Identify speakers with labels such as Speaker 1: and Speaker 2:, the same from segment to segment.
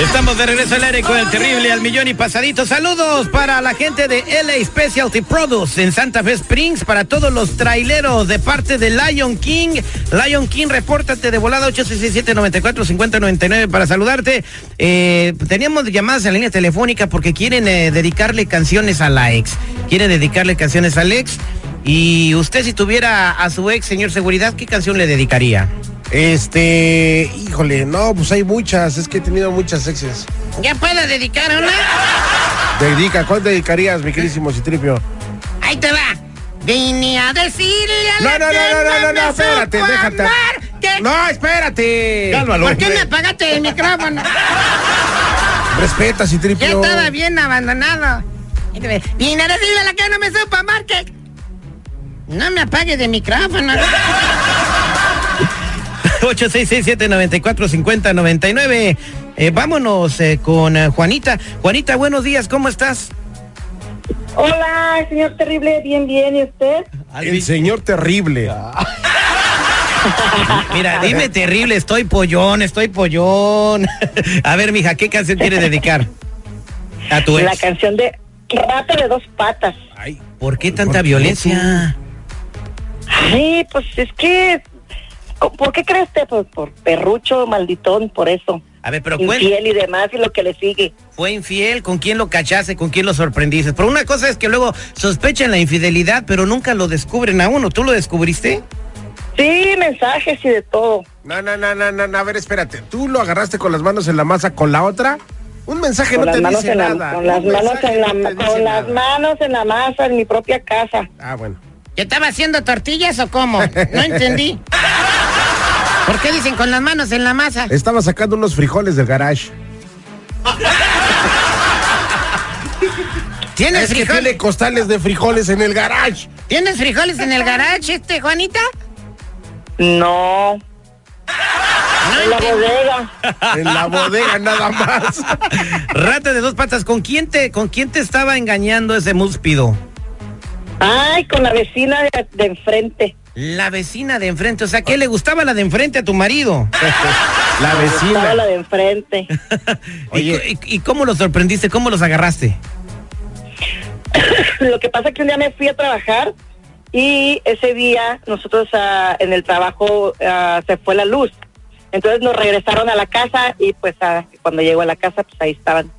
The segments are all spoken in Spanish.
Speaker 1: Estamos de regreso al aire con el terrible al millón y pasadito. Saludos para la gente de LA Specialty Produce en Santa Fe Springs, para todos los traileros de parte de Lion King. Lion King, repórtate de volada 867-94-5099 para saludarte. Eh, teníamos llamadas en la línea telefónica porque quieren eh, dedicarle canciones a la ex. Quieren dedicarle canciones al ex. Y usted si tuviera a su ex, señor seguridad, ¿qué canción le dedicaría?
Speaker 2: Este, híjole, no, pues hay muchas, es que he tenido muchas exes.
Speaker 1: ¿Ya puedo dedicar una?
Speaker 2: Dedica, ¿cuál dedicarías, mi querísimo Citripio?
Speaker 1: Ahí te va. Vine a decirle a
Speaker 2: No,
Speaker 1: la
Speaker 2: no, no, no, no, no, no,
Speaker 1: no,
Speaker 2: espérate, déjate.
Speaker 1: que-
Speaker 2: No, espérate.
Speaker 1: ¿Por qué me apagaste el micrófono?
Speaker 2: Respeta,
Speaker 1: Ya
Speaker 2: Citripio.
Speaker 1: estaba bien abandonado. Ahí te ve. Vine a decirle a la que no me supo amar que... No me apagues de micrófono. 8667-9450-99. Eh, vámonos eh, con eh, Juanita. Juanita, buenos días, ¿cómo estás?
Speaker 3: Hola, señor terrible, bien, bien, ¿y usted?
Speaker 2: El señor terrible.
Speaker 1: Mira, dime terrible, estoy pollón, estoy pollón. A ver, mija, ¿qué canción quieres dedicar? A
Speaker 2: Pues.
Speaker 1: tu
Speaker 3: La
Speaker 1: ex.
Speaker 3: canción de Rata de dos patas.
Speaker 2: Ay,
Speaker 1: ¿Por qué tanta
Speaker 2: ¿Por qué
Speaker 1: violencia?
Speaker 3: Ay, pues es que, co- ¿por qué crees usted? Pues por perrucho, malditón, por eso.
Speaker 1: A ver, pero cuéntame,
Speaker 3: Infiel y demás y lo que le sigue.
Speaker 1: ¿fue infiel? ¿Con quién lo cachaste? ¿Con quién lo sorprendiste? Pero una cosa es que luego sospechan la infidelidad, pero nunca lo descubren a uno. ¿Tú lo descubriste?
Speaker 3: Sí, mensajes y de todo.
Speaker 2: No, no, no, no, no, no, a ver, espérate. ¿Tú lo agarraste con las manos en la masa con la otra? Un mensaje no
Speaker 3: Con las
Speaker 2: te
Speaker 3: manos
Speaker 2: dice
Speaker 3: en la,
Speaker 2: nada.
Speaker 3: con las
Speaker 2: Un
Speaker 3: manos
Speaker 2: mensaje
Speaker 3: en la,
Speaker 2: no te
Speaker 3: ma-
Speaker 2: dice
Speaker 3: con las
Speaker 2: nada.
Speaker 3: manos en la masa en mi propia casa.
Speaker 2: Ah, bueno.
Speaker 1: ¿Yo estaba haciendo tortillas o cómo? No entendí. ¿Por qué dicen con las manos en la masa?
Speaker 2: Estaba sacando unos frijoles del garage.
Speaker 1: ¿Tienes
Speaker 2: Es que tiene costales de frijoles en el garage.
Speaker 1: ¿Tienes frijoles en el garage, este, Juanita?
Speaker 3: No, en la bodega.
Speaker 2: En la bodega nada más.
Speaker 1: Rata de dos patas, ¿con quién te, con quién te estaba engañando ese múspido?
Speaker 3: Ay, con la vecina de, de enfrente.
Speaker 1: La vecina de enfrente, o sea, ¿qué le gustaba la de enfrente a tu marido?
Speaker 2: La
Speaker 3: Estaba la
Speaker 2: vecina.
Speaker 3: de enfrente.
Speaker 1: ¿Y, y- y cómo los sorprendiste? ¿Cómo los agarraste?
Speaker 3: Lo que pasa es que un día me fui a trabajar y ese día nosotros ah, en el trabajo ah, se fue la luz. Entonces nos regresaron a la casa y pues ah, cuando llegó a la casa pues ahí estaban.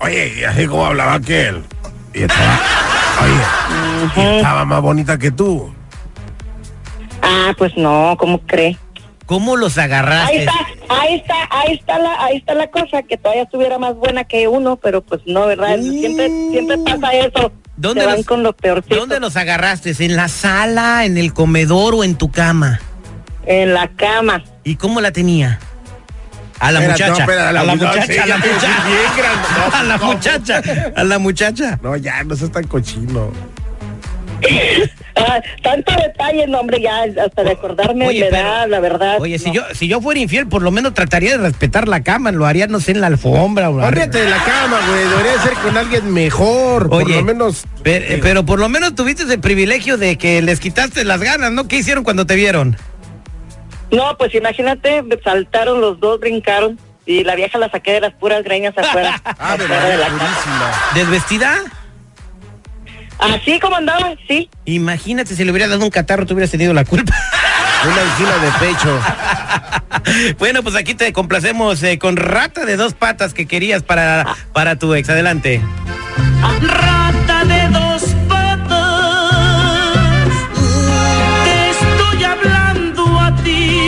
Speaker 2: Oye, y así como hablaba aquel. Y estaba. Oye, y estaba más bonita que tú.
Speaker 3: Ah, pues no, ¿cómo cree?
Speaker 1: ¿Cómo los
Speaker 3: Ahí
Speaker 1: agarraste?
Speaker 3: está, ahí está, ahí está la, ahí está la cosa que todavía estuviera más buena que uno, pero pues no, verdad. Siempre, siempre pasa eso.
Speaker 1: Uh. ¿Dónde
Speaker 3: Se van
Speaker 1: los-
Speaker 3: con lo peorcito.
Speaker 1: ¿Dónde los agarraste? ¿En la sala, en el comedor o en tu cama?
Speaker 3: En la cama.
Speaker 1: ¿Y cómo la tenía? A la
Speaker 2: Espérate,
Speaker 1: muchacha.
Speaker 2: no, espérate,
Speaker 1: a la,
Speaker 2: muchacha,
Speaker 1: muchacha, a la
Speaker 2: sí,
Speaker 1: muchacha.
Speaker 2: bien grande.
Speaker 1: A la
Speaker 2: No,
Speaker 1: muchacha, a la muchacha.
Speaker 2: No, ya, no seas tan cochino.
Speaker 3: Ah, tanto detalle, no, hombre, ya hasta de acordarme
Speaker 1: Oye,
Speaker 3: me
Speaker 1: pero-
Speaker 3: da, la verdad.
Speaker 1: Oye, si
Speaker 3: no.
Speaker 1: yo, si yo fuera infiel, por lo menos trataría de respetar la cama, lo haría, no sé, en la alfombra o arriba.
Speaker 2: Órdeate de la cama, güey. Debería ser con alguien mejor. por
Speaker 1: Oye,
Speaker 2: lo menos.
Speaker 1: per- eh, Pero, por lo menos tuviste el privilegio de que les quitaste las ganas, ¿no? ¿Qué hicieron cuando te vieron?
Speaker 3: No, pues imagínate, saltaron los dos, brincaron y la vieja la saqué de las puras greñas afuera.
Speaker 2: Ah, de
Speaker 3: afuera de la casa.
Speaker 2: purísima.
Speaker 1: ¿Desvestida?
Speaker 3: Así como andaba, sí.
Speaker 1: Imagínate si le hubiera dado un catarro, tú hubieras tenido la culpa.
Speaker 2: Una angina de pecho.
Speaker 1: bueno, pues aquí te complacemos eh, con rata de dos patas que querías para, para tu ex. Adelante.
Speaker 4: Rata de dos patas, te estoy hablando a ti.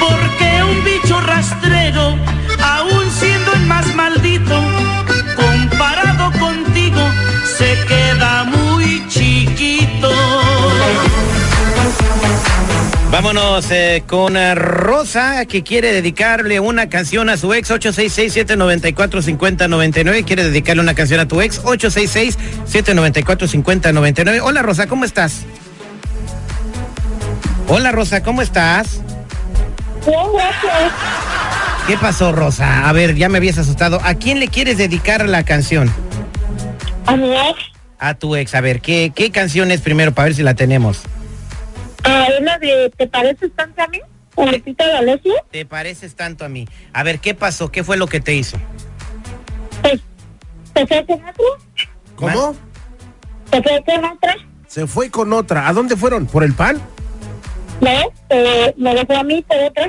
Speaker 4: Porque un bicho rastrero, aún siendo el más maldito, comparado contigo, se queda muy chiquito.
Speaker 1: Vámonos eh, con eh, Rosa, que quiere dedicarle una canción a su ex, 866-794-5099. Quiere dedicarle una canción a tu ex, 866-794-5099. Hola Rosa, ¿cómo estás? Hola Rosa, ¿cómo estás?
Speaker 3: Bien, gracias.
Speaker 1: ¿Qué pasó, Rosa? A ver, ya me habías asustado. ¿A quién le quieres dedicar la canción?
Speaker 3: A mi ex,
Speaker 1: A tu ex. A ver, ¿qué, qué canción es primero para ver si la tenemos?
Speaker 3: a ah, una de ¿Te pareces tanto a mí? Lupita D'Alessio.
Speaker 1: Te pareces tanto a mí. A ver, ¿qué pasó? ¿Qué fue lo que te hizo?
Speaker 3: Pues, ¿te fue con otro?
Speaker 2: ¿Cómo?
Speaker 3: ¿Te fue con otra?
Speaker 2: Se fue con otra. ¿A dónde fueron? ¿Por el pan?
Speaker 3: ¿No? Eh, me dejó a mí por otra.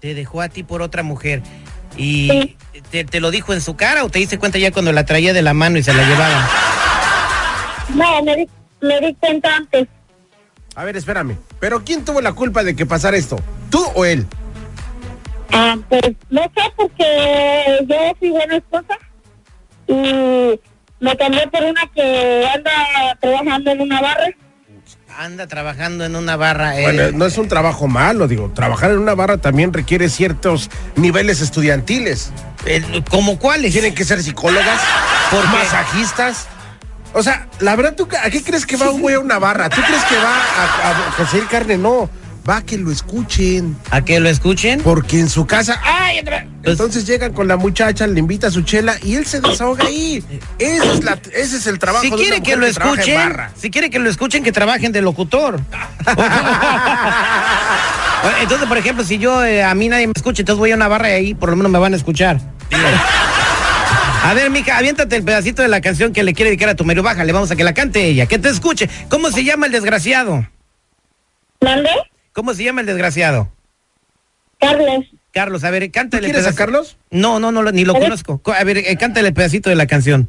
Speaker 1: Te dejó a ti por otra mujer. ¿Y te, te lo dijo en su cara o te diste cuenta ya cuando la traía de la mano y se la llevaba?
Speaker 3: No, me di, me di cuenta antes.
Speaker 2: A ver, espérame. ¿Pero quién tuvo la culpa de que pasara esto? ¿Tú o él?
Speaker 3: Ah, pues no sé, porque yo fui buena esposa y me cambié por una que anda trabajando en una barra.
Speaker 1: Anda trabajando en una barra. eh.
Speaker 2: Bueno, no es un trabajo malo, digo. Trabajar en una barra también requiere ciertos niveles estudiantiles.
Speaker 1: Eh, ¿Cómo cuáles?
Speaker 2: Tienen que ser psicólogas,
Speaker 1: ¿Por qué?
Speaker 2: masajistas. O sea, la verdad, ¿tú a qué crees que va un güey a una barra? ¿Tú crees que va a, a conseguir carne? No, va a que lo escuchen.
Speaker 1: ¿A que lo escuchen?
Speaker 2: Porque en su casa, ¡ay! otra vez!
Speaker 1: Pues-
Speaker 2: Entonces llegan con la muchacha, le invita a su chela y él se desahoga ahí. Esa es la- ese es el trabajo.
Speaker 1: Si
Speaker 2: de una
Speaker 1: quiere que
Speaker 2: mujer
Speaker 1: lo
Speaker 2: trabaja en
Speaker 1: escuchen,
Speaker 2: barra.
Speaker 1: si quiere que lo escuchen, que trabajen de locutor. entonces, por ejemplo, si yo, eh, a mí nadie me escucha, entonces voy a una barra y ahí por lo menos me van a escuchar. A ver, mija, aviéntate el pedacito de la canción que le quiere dedicar a tu marido. Bájale, vamos a que la cante ella, que te escuche. ¿Cómo se llama el desgraciado?
Speaker 3: ¿Mandé?
Speaker 1: ¿Cómo se llama el desgraciado?
Speaker 3: Carlos.
Speaker 1: Carlos, a ver, eh, cántale.
Speaker 2: ¿Quieres a
Speaker 1: pedazo-
Speaker 2: Carlos?
Speaker 1: No, no, no, lo- ni lo
Speaker 3: A ver.
Speaker 1: conozco. Co- A ver, eh, cántale el pedacito de la canción.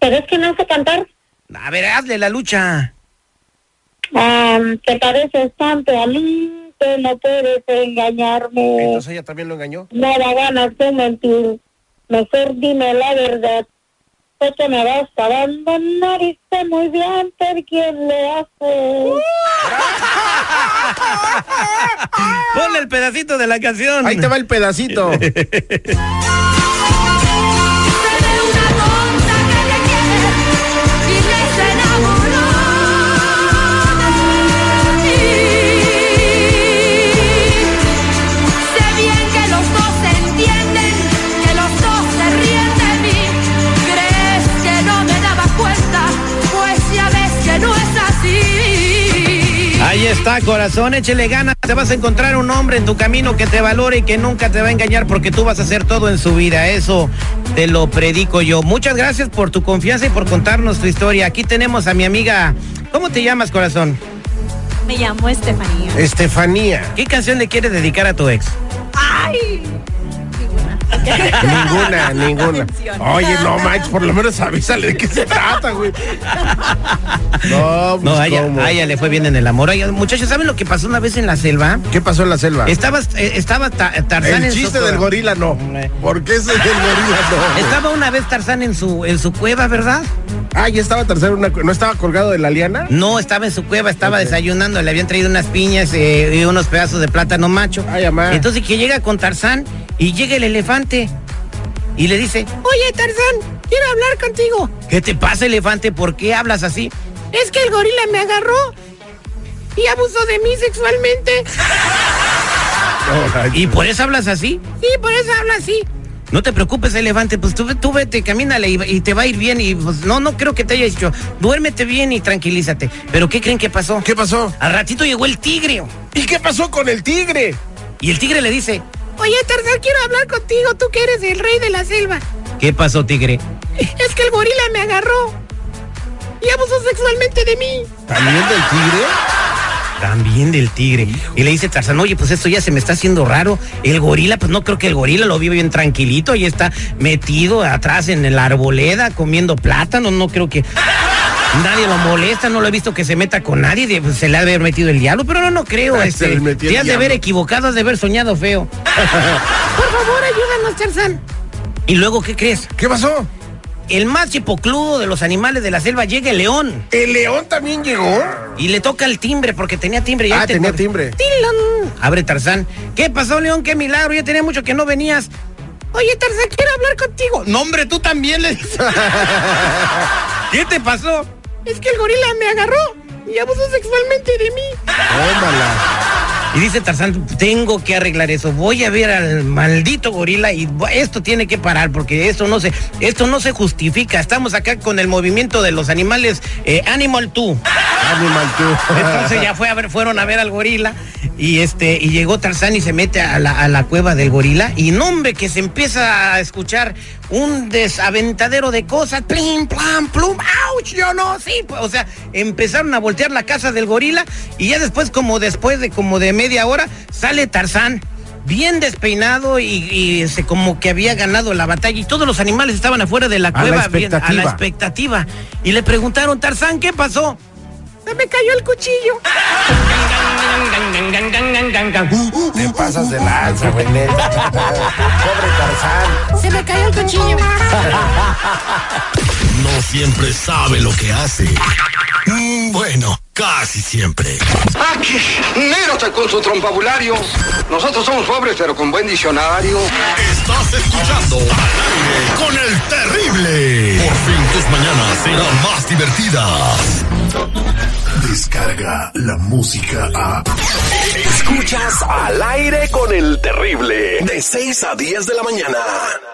Speaker 3: Pero es que no sé cantar.
Speaker 1: A ver, hazle la lucha.
Speaker 3: Ah, te pareces tanto a mí que no puedes engañarme.
Speaker 2: Entonces ella también lo engañó.
Speaker 3: No da ganas de mentir. Mejor dime la verdad. Sé que me vas a abandonar y sé muy bien por quién le haces.
Speaker 1: Ponle el pedacito de la canción.
Speaker 2: Ahí te va el pedacito.
Speaker 5: Seré una tonta que te quiere y que se enamoró de ti. Sé bien que los dos se entienden, que los dos se ríen de mí. Crees que no me daba cuenta, pues ya ves que no es así.
Speaker 1: Ahí está, corazón, échele ganas. Te vas a encontrar un hombre en tu camino que te valore y que nunca te va a engañar porque tú vas a hacer todo en su vida. Eso te lo predico yo. Muchas gracias por tu confianza y por contarnos tu historia. Aquí tenemos a mi amiga. ¿Cómo te llamas, corazón?
Speaker 5: Me llamo Estefanía.
Speaker 2: Estefanía.
Speaker 1: ¿Qué canción le quieres dedicar a tu ex?
Speaker 5: ¡Ay!
Speaker 2: Ninguna, ninguna.
Speaker 5: Mención.
Speaker 2: Oye, no, Max, por lo menos avísale de qué se trata, güey. No, pues,
Speaker 1: No, a ella,
Speaker 2: ¿cómo?
Speaker 1: a ella le fue bien en el amor. Ay, muchachos, ¿saben lo que pasó una vez en la selva?
Speaker 2: ¿Qué pasó en la selva?
Speaker 1: Estaba, eh, estaba Ta- Tarzán
Speaker 2: El
Speaker 1: en su
Speaker 2: chiste del
Speaker 1: cueva.
Speaker 2: gorila no. ¿Por qué ese del gorila no? güey?
Speaker 1: Estaba una vez Tarzán en su, en su cueva, ¿verdad?
Speaker 2: Ah, ya estaba tercero, una, cu- ¿no estaba colgado de la liana?
Speaker 1: No, estaba en su cueva, estaba desayunando, le habían traído unas piñas eh, y unos pedazos de plátano macho.
Speaker 2: Ay, amá.
Speaker 1: Entonces que llega con Tarzán y llega el elefante y le dice, oye Tarzán, quiero hablar contigo. ¿Qué te pasa elefante? ¿Por qué hablas así? Es que el gorila me agarró y abusó de mí sexualmente.
Speaker 2: No, ay,
Speaker 1: ¿Y por eso hablas así? Sí, por eso hablas así. No te preocupes, elefante, pues tú, tú vete, camínale y, y te va a ir bien. Y pues no, no creo que te haya dicho, duérmete bien y tranquilízate. Pero ¿qué creen que pasó?
Speaker 2: ¿Qué pasó?
Speaker 1: Al ratito llegó el tigre.
Speaker 2: ¿Y qué pasó con el tigre?
Speaker 1: Y el tigre le dice: Oye, Tarzán, quiero hablar contigo. Tú que eres el rey de la selva. ¿Qué pasó, tigre? Es que el gorila me agarró. Y abusó sexualmente de mí.
Speaker 2: ¿También del tigre?
Speaker 1: También del tigre. Y le dice Tarzán, oye, pues esto ya se me está haciendo raro. El gorila, pues no creo que el gorila lo vive bien tranquilito. Y está metido atrás en la arboleda comiendo plátano. No creo que nadie lo molesta. No lo he visto que se meta con nadie. de- pues, se le ha de haber metido el diablo, pero no, no creo.
Speaker 2: Ah, Se
Speaker 1: este,
Speaker 2: le metió el
Speaker 1: te has de
Speaker 2: diablo.
Speaker 1: haber equivocado, has de haber soñado feo. Por favor, ayúdanos, Tarzán. Y luego, ¿qué crees?
Speaker 2: ¿Qué pasó?
Speaker 1: El más chipocludo de los animales de la selva llega el león.
Speaker 2: ¿El león también llegó?
Speaker 1: Y le toca el timbre, porque tenía timbre. y ahí
Speaker 2: Ah,
Speaker 1: te-
Speaker 2: tenía timbre.
Speaker 1: Tilón. Abre Tarzán. ¿Qué pasó, León? Qué milagro. Ya tenía mucho que no venías. Oye, Tarzán, quiero hablar contigo. No, hombre, tú también le dices. ¿Qué te pasó? Es que el gorila me agarró y abusó sexualmente de mí.
Speaker 2: Tómala.
Speaker 1: Y dice Tarzán, tengo que arreglar eso. Voy a ver al maldito gorila y bu- esto tiene que parar porque esto no se, esto no se justifica. Estamos acá con el movimiento de los animales eh, Animal 2.
Speaker 2: Animal tú.
Speaker 1: Entonces ya fue a ver, fueron a ver al gorila y este y llegó Tarzán y se mete a la, a la cueva del gorila y no hombre que se empieza a escuchar un desaventadero de cosas, plim, plam, plum, ouch, yo no, sí, pues, o sea, empezaron a voltear la casa del gorila y ya después como después de como de media hora sale Tarzán bien despeinado y, y se como que había ganado la batalla y todos los animales estaban afuera de la
Speaker 2: la
Speaker 1: cueva bien- a la
Speaker 2: expectativa.
Speaker 1: expectativa y le preguntaron Tarzán qué pasó se me cayó el cuchillo.
Speaker 2: Te pasas de lanza, güey, neta. Pobre Tarzán.
Speaker 5: Se me cayó el cuchillo.
Speaker 6: No siempre sabe lo que hace. Mm, Bueno, casi siempre.
Speaker 7: Aquí, Nero con su trompabulario. Nosotros somos pobres, pero con buen diccionario.
Speaker 6: Estás escuchando al aire con el terrible. Por fin tus mañanas serán más divertidas.
Speaker 8: Descarga la música a.
Speaker 6: Escuchas
Speaker 8: Al aire con el terrible. De 6 a 10 de la mañana.